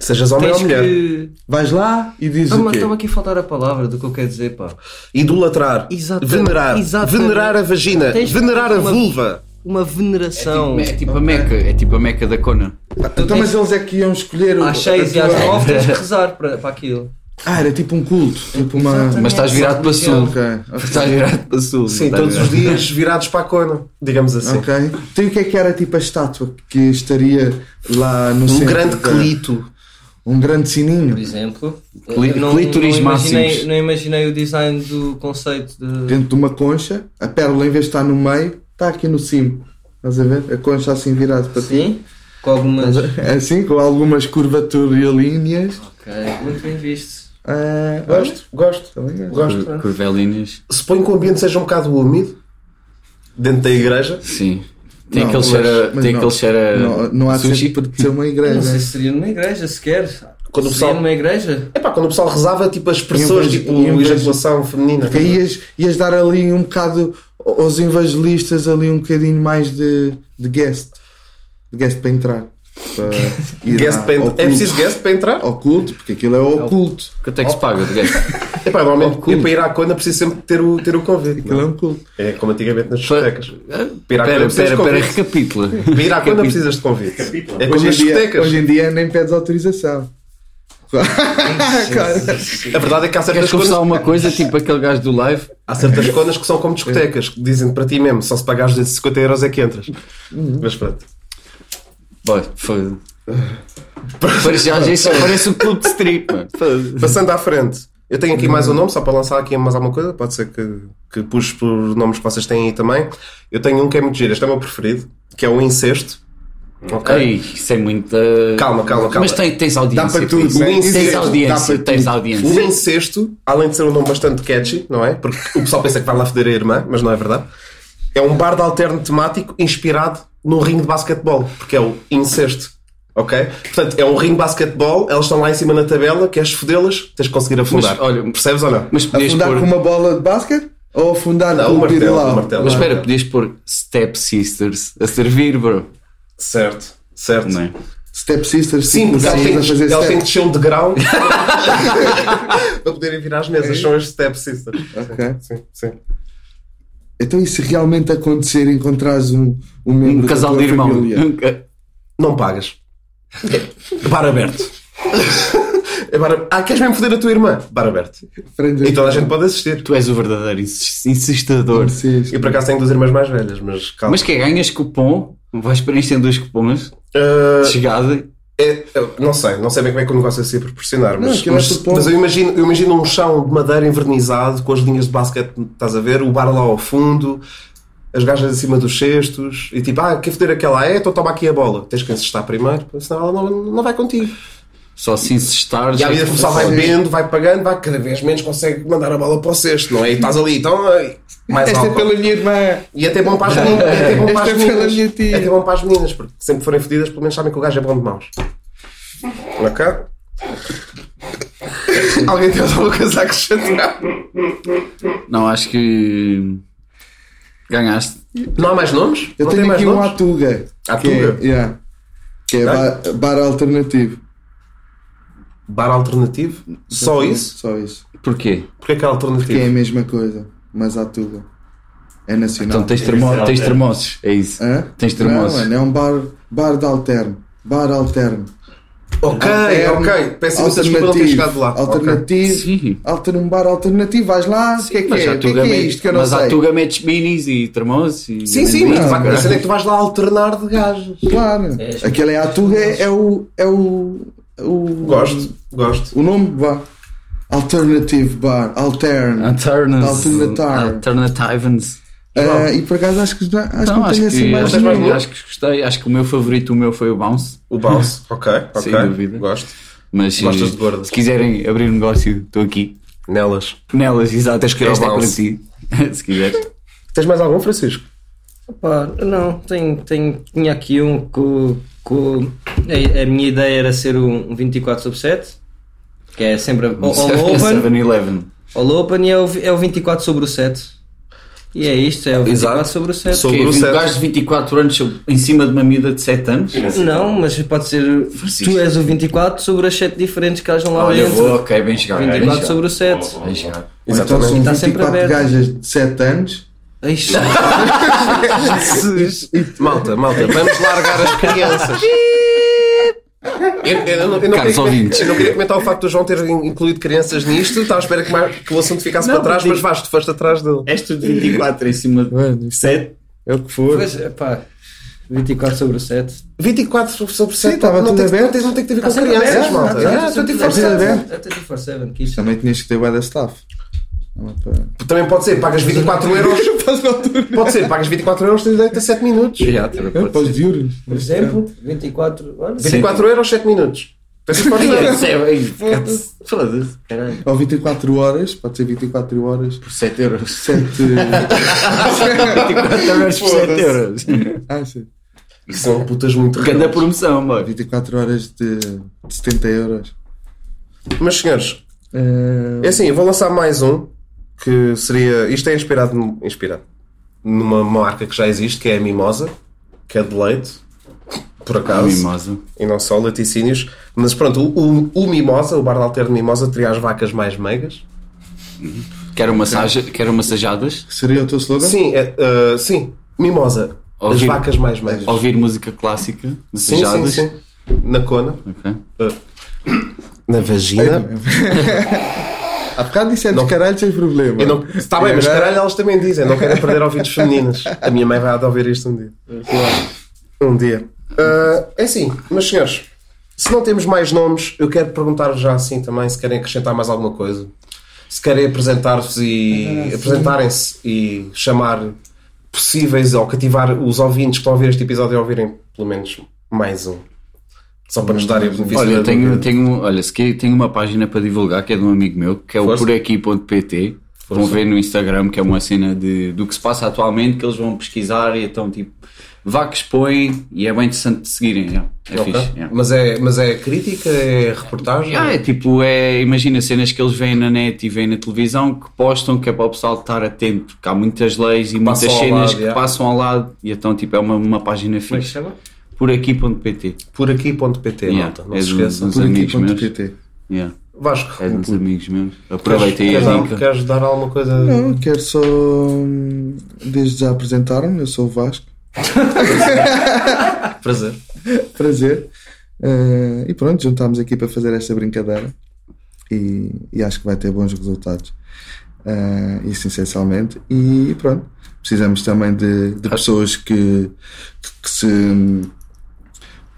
Speaker 2: Sejas homem
Speaker 4: tens
Speaker 2: ou mulher.
Speaker 4: que.
Speaker 1: Vais lá e dizes
Speaker 4: Ah,
Speaker 1: o
Speaker 4: mas
Speaker 1: quê?
Speaker 4: estava aqui a faltar a palavra do que eu quero dizer, pá.
Speaker 2: Idolatrar.
Speaker 4: Exata-
Speaker 2: Venerar.
Speaker 4: exatamente.
Speaker 2: Venerar a vagina.
Speaker 4: Tens-
Speaker 2: venerar a
Speaker 4: uma-
Speaker 2: vulva.
Speaker 4: Uma
Speaker 3: É tipo,
Speaker 4: veneração.
Speaker 3: é tipo a Meca, é tipo a Meca da Conan.
Speaker 1: Então, mas eles é que iam escolher o.
Speaker 4: Às seis e
Speaker 1: a
Speaker 4: às
Speaker 1: tua-
Speaker 4: nove tens que rezar para, para aquilo.
Speaker 1: Ah, era tipo um culto. Tipo uma.
Speaker 3: Mas estás virado para sul. Tá
Speaker 1: Ok.
Speaker 3: Estás virado para sul.
Speaker 2: Sim,
Speaker 3: Estás
Speaker 2: todos os
Speaker 3: virado-
Speaker 2: dias virados para a cona. Digamos assim.
Speaker 1: Ok. Então, e o que é que era tipo a estátua que estaria lá no
Speaker 2: Um
Speaker 1: centro?
Speaker 2: grande
Speaker 1: da-
Speaker 2: clito.
Speaker 1: Um grande
Speaker 4: Por
Speaker 1: sininho
Speaker 4: exemplo,
Speaker 3: Cli-
Speaker 4: eu
Speaker 3: clítoris
Speaker 4: imaginei,
Speaker 3: máximos.
Speaker 4: não imaginei o design do conceito de.
Speaker 1: dentro de uma concha. A pérola, em vez de estar no meio, está aqui no cimo. Estás a ver? A concha assim virada para ti.
Speaker 4: Sim, com algumas. Ok,
Speaker 1: Assim, com algumas curvaturas e linhas.
Speaker 4: muito bem visto.
Speaker 1: Ah,
Speaker 2: Gosto, gosto.
Speaker 1: olha, também gosto.
Speaker 2: Gosto.
Speaker 3: Cur- Curvelinhas.
Speaker 2: Suponho que o ambiente seja um bocado úmido. Dentro da igreja.
Speaker 3: Sim. Tem
Speaker 1: Não,
Speaker 3: aquele
Speaker 1: mas-
Speaker 3: cheiro. a-
Speaker 1: mas
Speaker 3: Tem
Speaker 1: não.
Speaker 3: aquele cheiro. a
Speaker 1: Não, não há
Speaker 3: sushi.
Speaker 1: sempre de ser uma
Speaker 4: Não sei
Speaker 1: igreja.
Speaker 4: se seria numa igreja sequer.
Speaker 2: Quando o
Speaker 4: seria
Speaker 2: pessoal-
Speaker 4: numa igreja?
Speaker 2: Epá, é quando o pessoal rezava, tipo, as expressões,
Speaker 1: Em vez-
Speaker 2: tipo,
Speaker 1: em vez-
Speaker 2: ejaculação feminina.
Speaker 1: Porque aí ias, ias dar ali um bocado aos evangelistas ali um bocadinho mais de, de guest. De guest para entrar. Para ir
Speaker 2: Guest
Speaker 1: à-
Speaker 2: para entrar.
Speaker 1: ao
Speaker 2: É
Speaker 1: culto.
Speaker 2: preciso guest para entrar?
Speaker 1: Ao culto, porque aquilo é o culto.
Speaker 3: Quanto é que se paga de gajo?
Speaker 2: Epá, normalmente,
Speaker 1: culto.
Speaker 2: eu para ir à cona preciso sempre ter o, ter o convite.
Speaker 1: Aquilo é um culto.
Speaker 2: É como antigamente nas
Speaker 3: Fa-
Speaker 2: discotecas. Para ir à cona
Speaker 3: Ah, Pera,
Speaker 2: precisas de
Speaker 3: pera, pera,
Speaker 2: convite.
Speaker 3: recapitula.
Speaker 2: Para ir à cona
Speaker 3: Recapitula.
Speaker 2: precisas de convite. É como
Speaker 1: Hoje em,
Speaker 2: nas
Speaker 1: dia,
Speaker 2: discotecas.
Speaker 1: hoje em dia nem pedes autorização. *laughs* Claro.
Speaker 2: A verdade é que há certas conas,
Speaker 3: Queres confessar uma coisa, tipo aquele gajo do live?
Speaker 2: há certas conas que são como discotecas, que dizem para ti mesmo, só se pagares 250 euros é que entras. Mas pronto.
Speaker 3: Boy, foi. Parece, já, isso parece um clube de strip, mano. Foda-se.
Speaker 2: Passando à frente, eu tenho aqui mais um nome, só para lançar aqui mais alguma coisa, pode ser que, que puxe por nomes que vocês têm aí também. Eu tenho um que é muito giro, este é o meu preferido, que é o incesto. Ok.
Speaker 3: Ei, isso é muito. uh,
Speaker 2: Calma, calma, calma.
Speaker 3: Mas tem- tens audiência.
Speaker 1: Dá para
Speaker 3: Filipe.
Speaker 1: tudo,
Speaker 2: né?
Speaker 3: Tens
Speaker 2: Incesto,
Speaker 1: dá
Speaker 3: audiência,
Speaker 1: para
Speaker 3: tens
Speaker 1: tudo.
Speaker 2: O
Speaker 3: audiência.
Speaker 2: incesto, além de ser um nome bastante catchy, não é? Porque o pessoal pensa que vai lá foder a irmã, mas não é verdade. É um bar de alterno temático inspirado num ringue de basquetebol, porque é o incesto. Ok? Portanto, é um ringue de basquetebol, elas estão lá em cima na tabela, queres fodê-las, tens de conseguir afundar.
Speaker 3: Mas, olha,
Speaker 2: percebes ou não?
Speaker 3: Mas podias
Speaker 1: Afundar
Speaker 3: pôr.
Speaker 1: com uma bola de basquete ou afundar
Speaker 2: Não,
Speaker 1: com
Speaker 2: o
Speaker 1: um
Speaker 2: martelo,
Speaker 1: birilau?
Speaker 2: o martelo.
Speaker 3: Mas espera, podias pôr Step Sisters a servir, bro.
Speaker 2: Certo, certo.
Speaker 3: Não é?
Speaker 1: Step Sisters,
Speaker 2: Sim,
Speaker 1: tipo,
Speaker 2: porque elas
Speaker 1: estás
Speaker 2: têm
Speaker 1: a fazer
Speaker 2: que- elas têm que
Speaker 1: step.
Speaker 2: descer um *laughs* degrau para poderem virar as mesas. São as step sisters.
Speaker 1: Ok.
Speaker 2: Sim, É sim.
Speaker 1: Então, e se realmente acontecer, encontrares um, um membro
Speaker 3: Um
Speaker 1: da
Speaker 3: casal
Speaker 1: tua
Speaker 3: de irmão.
Speaker 1: família?
Speaker 3: Nunca-
Speaker 2: Não pagas. Bar aberto. É bar ab- Ah, queres mesmo foder a tua irmã? Bar aberto.
Speaker 1: Prendes-
Speaker 2: E toda a gente pode assistir.
Speaker 3: Tu és o verdadeiro insis- insistador.
Speaker 1: Sim.
Speaker 2: Eu por acaso tenho duas irmãs mais velhas, mas calma.
Speaker 3: Mas que é, ganhas cupom, vais preenchendo os cupons
Speaker 2: Ah,
Speaker 1: Eh,
Speaker 3: de chegada.
Speaker 2: é- eu não sei, não sei bem como é que o negócio ia se proporcionar,
Speaker 1: Não,
Speaker 2: mas,
Speaker 1: aquilo é
Speaker 2: mas,
Speaker 1: tudo bom.
Speaker 2: mas eu, imagino, eu imagino um chão de madeira envernizado com as linhas de basquete, estás a ver? O bar lá ao fundo, as gajas acima dos cestos e tipo, ah, quer foder aquela? É, então toma aqui a bola. Tens que encestar primeiro, senão ela não, não vai contigo.
Speaker 3: Só se insestares.
Speaker 2: E à medida que o pessoal vai
Speaker 1: Sim.
Speaker 2: bebendo, vai pagando, vai cada vez menos consegue mandar a bola para o cesto, não é? E estás ali, então. ai, Mais
Speaker 1: Esta é
Speaker 2: álcool.
Speaker 1: pela minha irmã.
Speaker 2: E até bom para as meninas. É
Speaker 1: *laughs*
Speaker 2: até bom para
Speaker 1: Esta
Speaker 2: as
Speaker 1: é pela minha
Speaker 2: meninas.
Speaker 1: tia.
Speaker 2: É até bom para as meninas, porque sempre que forem fedidas, pelo menos sabem que o gajo é bom de mãos.
Speaker 1: *laughs*
Speaker 2: Ok? Alguém tem alguma coisa a acrescentar?
Speaker 3: Não, acho que. Ganhaste.
Speaker 2: Não há mais nomes?
Speaker 1: Eu
Speaker 2: não tem
Speaker 1: tenho
Speaker 2: mais
Speaker 1: aqui um
Speaker 2: nomes?
Speaker 1: Atuga. Que
Speaker 2: Atuga?
Speaker 1: é, yeah, que é
Speaker 2: Ah.
Speaker 1: bar, bar alternativo.
Speaker 2: Bar alternativo? Só isso?
Speaker 1: Só isso.
Speaker 3: Porquê?
Speaker 2: Porquê que é
Speaker 1: Que é a
Speaker 2: alternativo?
Speaker 1: mesma coisa, mas Atuga. É nacional.
Speaker 3: Então tens, termo,
Speaker 5: Esse é
Speaker 3: tens
Speaker 5: alternativo.
Speaker 3: termossos, é isso.
Speaker 1: Hã?
Speaker 3: Tens
Speaker 1: Não,
Speaker 3: termossos.
Speaker 1: mano, é um bar, bar de alterno. Bar alterno.
Speaker 2: Ok,
Speaker 1: Alterno,
Speaker 2: ok. Peço imensa desculpa não ter
Speaker 1: alternativo,
Speaker 2: chegado lá. Ok.
Speaker 1: Alternativo.
Speaker 3: Sim.
Speaker 1: Alter, um bar alternativo. Vais lá. O que é que
Speaker 3: mas
Speaker 1: é?
Speaker 3: a
Speaker 1: O que é,
Speaker 3: Tuga
Speaker 1: que é
Speaker 3: mete-
Speaker 1: isto que eu não
Speaker 3: mas
Speaker 1: sei?
Speaker 3: a Tuga metes minis e termossos e.
Speaker 2: Sim, sim, mas tu vai-
Speaker 1: Não,
Speaker 2: a cena é que tu vais lá alternar de gajos.
Speaker 1: Claro.
Speaker 4: És-
Speaker 1: Aquele é a Tuga é, é o. É o. o,
Speaker 2: Gosto, gosto.
Speaker 1: o nome, vá. Alternative Bar, Altern.
Speaker 3: Ah, Alternas.
Speaker 1: Alternatar.
Speaker 3: Alternativans.
Speaker 1: Ah, e por acaso acho que não, acho que
Speaker 3: tá Então,
Speaker 1: não
Speaker 3: acho
Speaker 1: tenho assim
Speaker 3: que,
Speaker 1: mais
Speaker 3: acho,
Speaker 1: nenhum.
Speaker 3: que, acho que gostei. Acho que o meu favorito, o meu foi o Bounce.
Speaker 2: O bounce, ok, ok.
Speaker 3: Sem dúvida.
Speaker 2: Gosto.
Speaker 3: Mas
Speaker 2: Gostas
Speaker 3: se,
Speaker 2: de gordas.
Speaker 3: se quiserem abrir um negócio, estou aqui.
Speaker 2: Nelas.
Speaker 3: Nelas, exato. Tens
Speaker 2: que ir ao
Speaker 3: Esta é para
Speaker 2: Bounce.
Speaker 3: ti. *laughs* se quiseres.
Speaker 2: Tens mais algum, Francisco?
Speaker 4: Pá, não, tenho, tenho, tinha aqui um que, que a, a minha ideia era ser um 24 sobre 7, que é sempre a-
Speaker 3: *laughs*
Speaker 4: all open,
Speaker 3: 7-Eleven.
Speaker 4: all open e é o, vi- é o 24 sobre o 7. E é isto, é o 24
Speaker 2: Exato.
Speaker 4: sobre o 7.
Speaker 2: Sobre
Speaker 3: Que
Speaker 2: o
Speaker 3: é, um
Speaker 2: sete.
Speaker 3: gajo de 24 anos em cima de uma miúda de 7 anos.
Speaker 4: Não, mas pode ser,
Speaker 3: Francisco.
Speaker 4: tu és o 24 sobre as 7 diferentes que elas vão lá
Speaker 3: Olha,
Speaker 4: dentro.
Speaker 3: vou, ok, bem chegado. bem
Speaker 4: 24
Speaker 3: chegado.
Speaker 4: sobre o 7.
Speaker 3: Bem chegado.
Speaker 1: Ou Então
Speaker 2: Exatamente.
Speaker 1: são
Speaker 4: Está sempre
Speaker 1: 24
Speaker 4: aberto.
Speaker 1: gajas de 7 anos.
Speaker 2: Malta, malta, vamos largar as crianças. Eu, eu não, eu, não
Speaker 3: Caros
Speaker 2: queria,
Speaker 3: ouvintes.
Speaker 2: eu não queria comentar o facto do João ter in- incluído crianças nisto. Estava à espera que, mais- que o assunto ficasse para trás, mas vais, tu foste atrás dele.
Speaker 3: És tu de 24 em cima de. *laughs*
Speaker 5: Sete.
Speaker 2: É o que for.
Speaker 4: *laughs* Pois, pá, 24 sobre o 7.
Speaker 2: 24 sobre 7.
Speaker 1: estava
Speaker 2: não,
Speaker 1: tudo
Speaker 2: tem, que-
Speaker 1: aberto.
Speaker 2: não, tem, não tem que ter a ver com
Speaker 4: sempre
Speaker 2: crianças,
Speaker 4: aberto,
Speaker 2: Tá malta.
Speaker 4: está
Speaker 2: Ah,
Speaker 4: sempre
Speaker 2: 24
Speaker 1: aberto.
Speaker 2: sobre 7.
Speaker 4: É 24 7, que isto
Speaker 1: Também tinhas que ter bué da staff. Não é para-
Speaker 2: Também pode ser, pagas 24 euros. Pode ser, pagas 24 euros, tens direito a 7 minutos.
Speaker 1: É para os diuros.
Speaker 4: Por exemplo, 24. Olha,
Speaker 2: 24 euros, 7 minutos. Tens isso para
Speaker 3: *laughs*
Speaker 2: o dinheiro.
Speaker 3: é Foda-se. Caralho.
Speaker 1: Ou 24 horas, pode ser 24 horas.
Speaker 3: Por 7 euros.
Speaker 2: *laughs*
Speaker 3: *laughs*
Speaker 1: 7.
Speaker 3: 24 euros por 7 euros.
Speaker 1: ah, sim.
Speaker 2: São putas muito
Speaker 3: Cada
Speaker 2: ricas.
Speaker 3: promoção, mano.
Speaker 1: 24 horas de, de 70 euros.
Speaker 2: Mas, senhores,
Speaker 1: Eh,
Speaker 2: É assim, eu vou lançar mais um que seria. Isto é inspirado, num- inspirado numa marca que já existe, que é a Mimosa, que é de leite, por acaso,
Speaker 3: Tá Mimosa.
Speaker 2: e não só laticínios. Mas pronto, o, o- o Mimosa, o bar de alterno Mimosa, teria as vacas mais megas.
Speaker 3: Quero, massage, quero massajadas.
Speaker 1: seria o teu slogan?
Speaker 2: Sim, é, uh, sim, Mimosa, as
Speaker 3: Ouvir-
Speaker 2: vacas mais megas.
Speaker 3: Ouvir música clássica.
Speaker 2: Sim, sim,
Speaker 3: Massajadas.
Speaker 2: sim. Na cona,
Speaker 3: Ok.
Speaker 2: na vagina.
Speaker 1: *laughs* Há bocado dissemos
Speaker 2: Não.
Speaker 1: caralho sem problema.
Speaker 2: Eu não- Está bem,
Speaker 1: E
Speaker 2: mas
Speaker 1: agora-
Speaker 2: caralho, elas também dizem, não querem perder ouvidos femininos. A minha mãe vai há de ouvir isto um dia. Um dia. Ah, é assim, mas senhores, se não temos mais nomes, eu quero perguntar já assim também se querem acrescentar mais alguma coisa. Se querem apresentar-vos e apresentarem-se e chamar possíveis ou cativar os ouvintes que estão a ouvir este episódio a ouvirem pelo menos mais um. Só para nos darem o benefício.
Speaker 3: Olha,
Speaker 2: da
Speaker 3: eu tenho, um
Speaker 2: dúvida.
Speaker 3: tenho, olha, se quer- tenho uma página para divulgar que é de um amigo meu, que é o
Speaker 2: Força.
Speaker 3: poraqui.pt. Vão ver no Instagram que é uma cena de, do que se passa atualmente, que eles vão pesquisar e então tipo, vá que expõem e é bem interessante de seguirem. yeah. É
Speaker 2: Ok.
Speaker 3: fixe. yeah.
Speaker 2: Mas, é, mas é crítica, é reportagem?
Speaker 3: Ah, é tipo, é, imagina cenas que eles veem na net e veem na televisão que postam que é para o pessoal estar atento, que há muitas leis e muitas
Speaker 2: ao
Speaker 3: cenas
Speaker 2: lado,
Speaker 3: que
Speaker 2: yeah.
Speaker 3: passam ao lado e então tipo, é uma, uma página
Speaker 4: Como é que se
Speaker 3: fixe.
Speaker 4: chama?
Speaker 3: Por aqui.pt.
Speaker 2: por aqui.pt,
Speaker 3: Yeah,
Speaker 2: malta. Não
Speaker 3: é
Speaker 2: se
Speaker 3: do-
Speaker 2: esqueçam.
Speaker 3: dos
Speaker 1: Por aqui,
Speaker 3: amigos
Speaker 1: ponto
Speaker 3: meus.
Speaker 1: PT.
Speaker 3: Yeah.
Speaker 2: Vasco,
Speaker 3: É de uns amigos meus.
Speaker 2: queres,
Speaker 3: Aproveitei
Speaker 2: queres,
Speaker 3: a
Speaker 2: dar, um
Speaker 3: dica.
Speaker 2: queres dar alguma coisa?
Speaker 1: Não, quero só hum, desde já apresentar-me, eu sou o Vasco.
Speaker 2: Prazer.
Speaker 1: Prazer. Eh, e pronto, juntámos aqui para fazer esta brincadeira e, e acho que vai ter bons resultados. Eh, isso essencialmente. E pronto, precisamos também de, de pessoas que, que se,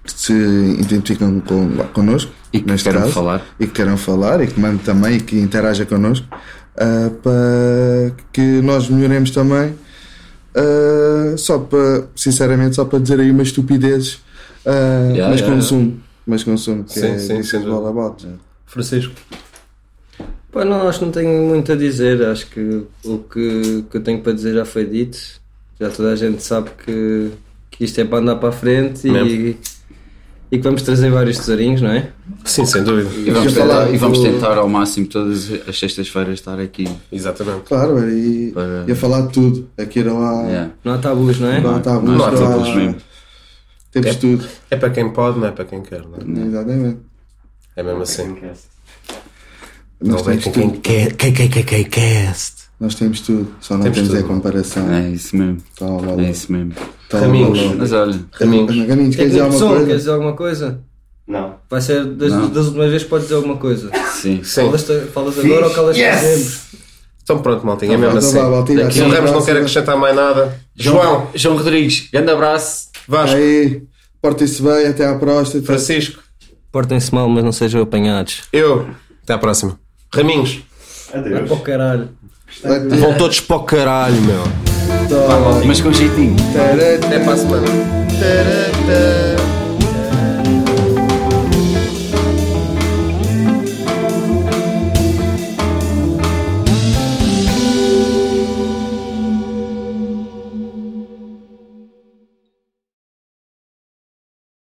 Speaker 1: que se identificam com, connosco.
Speaker 3: E que
Speaker 1: neste
Speaker 3: queiram
Speaker 1: caso,
Speaker 3: falar.
Speaker 1: E que queiram falar e que mandem também e que interaja connosco eh, para que nós melhoremos também Uh, só para, sinceramente, só para dizer aí umas estupidezes, uh,
Speaker 3: Yeah,
Speaker 1: mas
Speaker 3: yeah,
Speaker 1: consumo, mas consumo, que
Speaker 2: Sim,
Speaker 1: é
Speaker 2: sim,
Speaker 1: isso
Speaker 2: sem
Speaker 1: que bola bota.
Speaker 2: Francisco.
Speaker 4: Pá, não, acho que não tenho muito a dizer. Acho que o que, que eu tenho para dizer já foi dito. Já toda a gente sabe que, que isto é para andar para a frente e, e que vamos trazer vários tesourinhos, não é?
Speaker 2: Sim, sem dúvida.
Speaker 3: E vamos,
Speaker 1: Já
Speaker 3: tentar,
Speaker 1: falar
Speaker 3: e vamos
Speaker 1: do-
Speaker 3: tentar ao máximo todas as sextas-feiras estar aqui.
Speaker 2: Exatamente.
Speaker 1: Claro, e
Speaker 3: Para-
Speaker 1: ia falar de tudo. Aqui não há,
Speaker 3: Yeah.
Speaker 4: Não há tabus, não é?
Speaker 1: não há tabus,
Speaker 3: Não há
Speaker 1: não há-
Speaker 3: tabus mesmo.
Speaker 1: Temos
Speaker 2: É.
Speaker 1: tudo,
Speaker 2: É para quem pode, não é para quem quer, não é?
Speaker 1: exatamente.
Speaker 2: É mesmo assim.
Speaker 1: Nós
Speaker 2: Não é
Speaker 1: temos
Speaker 2: com
Speaker 1: tudo,
Speaker 2: quem quer. Quem, quem, quem, quem quer.
Speaker 1: nós temos tudo, só não
Speaker 2: Temos
Speaker 1: temos, a
Speaker 2: tudo.
Speaker 1: comparação.
Speaker 3: É isso mesmo.
Speaker 1: Tá lá, lá, lá.
Speaker 3: É isso mesmo.
Speaker 1: Tá lá, lá,
Speaker 2: Caminhos.
Speaker 1: lá.
Speaker 3: Mas olha,
Speaker 2: Caminhos.
Speaker 1: Caminhos, queres dizer alguma
Speaker 4: Técnico de som, queres
Speaker 1: coisa?
Speaker 4: dizer alguma coisa?
Speaker 5: Não.
Speaker 4: Vai ser das,
Speaker 3: Não.
Speaker 4: das últimas vezes que podes dizer alguma coisa.
Speaker 3: sim.
Speaker 2: Sim.
Speaker 4: Falas, falas agora ou calas yes! sempre?
Speaker 2: Então pronto, maltinha, é
Speaker 1: Então
Speaker 2: mesmo
Speaker 1: vá,
Speaker 2: assim.
Speaker 1: então vá, Valtinho,
Speaker 2: João
Speaker 1: até à
Speaker 2: Ramos não quer
Speaker 1: próxima.
Speaker 2: acrescentar mais nada. João,
Speaker 3: João Rodrigues, grande abraço.
Speaker 2: Vasco,
Speaker 1: Aí, portem-se bem, até à próxima.
Speaker 2: Francisco.
Speaker 4: Portem-se mal, mas não sejam apanhados.
Speaker 2: Eu. Até à próxima. Raminhos.
Speaker 5: Adeus.
Speaker 4: Oh, caralho.
Speaker 2: Vão todos para o caralho, meu.
Speaker 3: Mas com jeitinho.
Speaker 1: Tará,
Speaker 2: Até para a semana.
Speaker 1: tará, tará.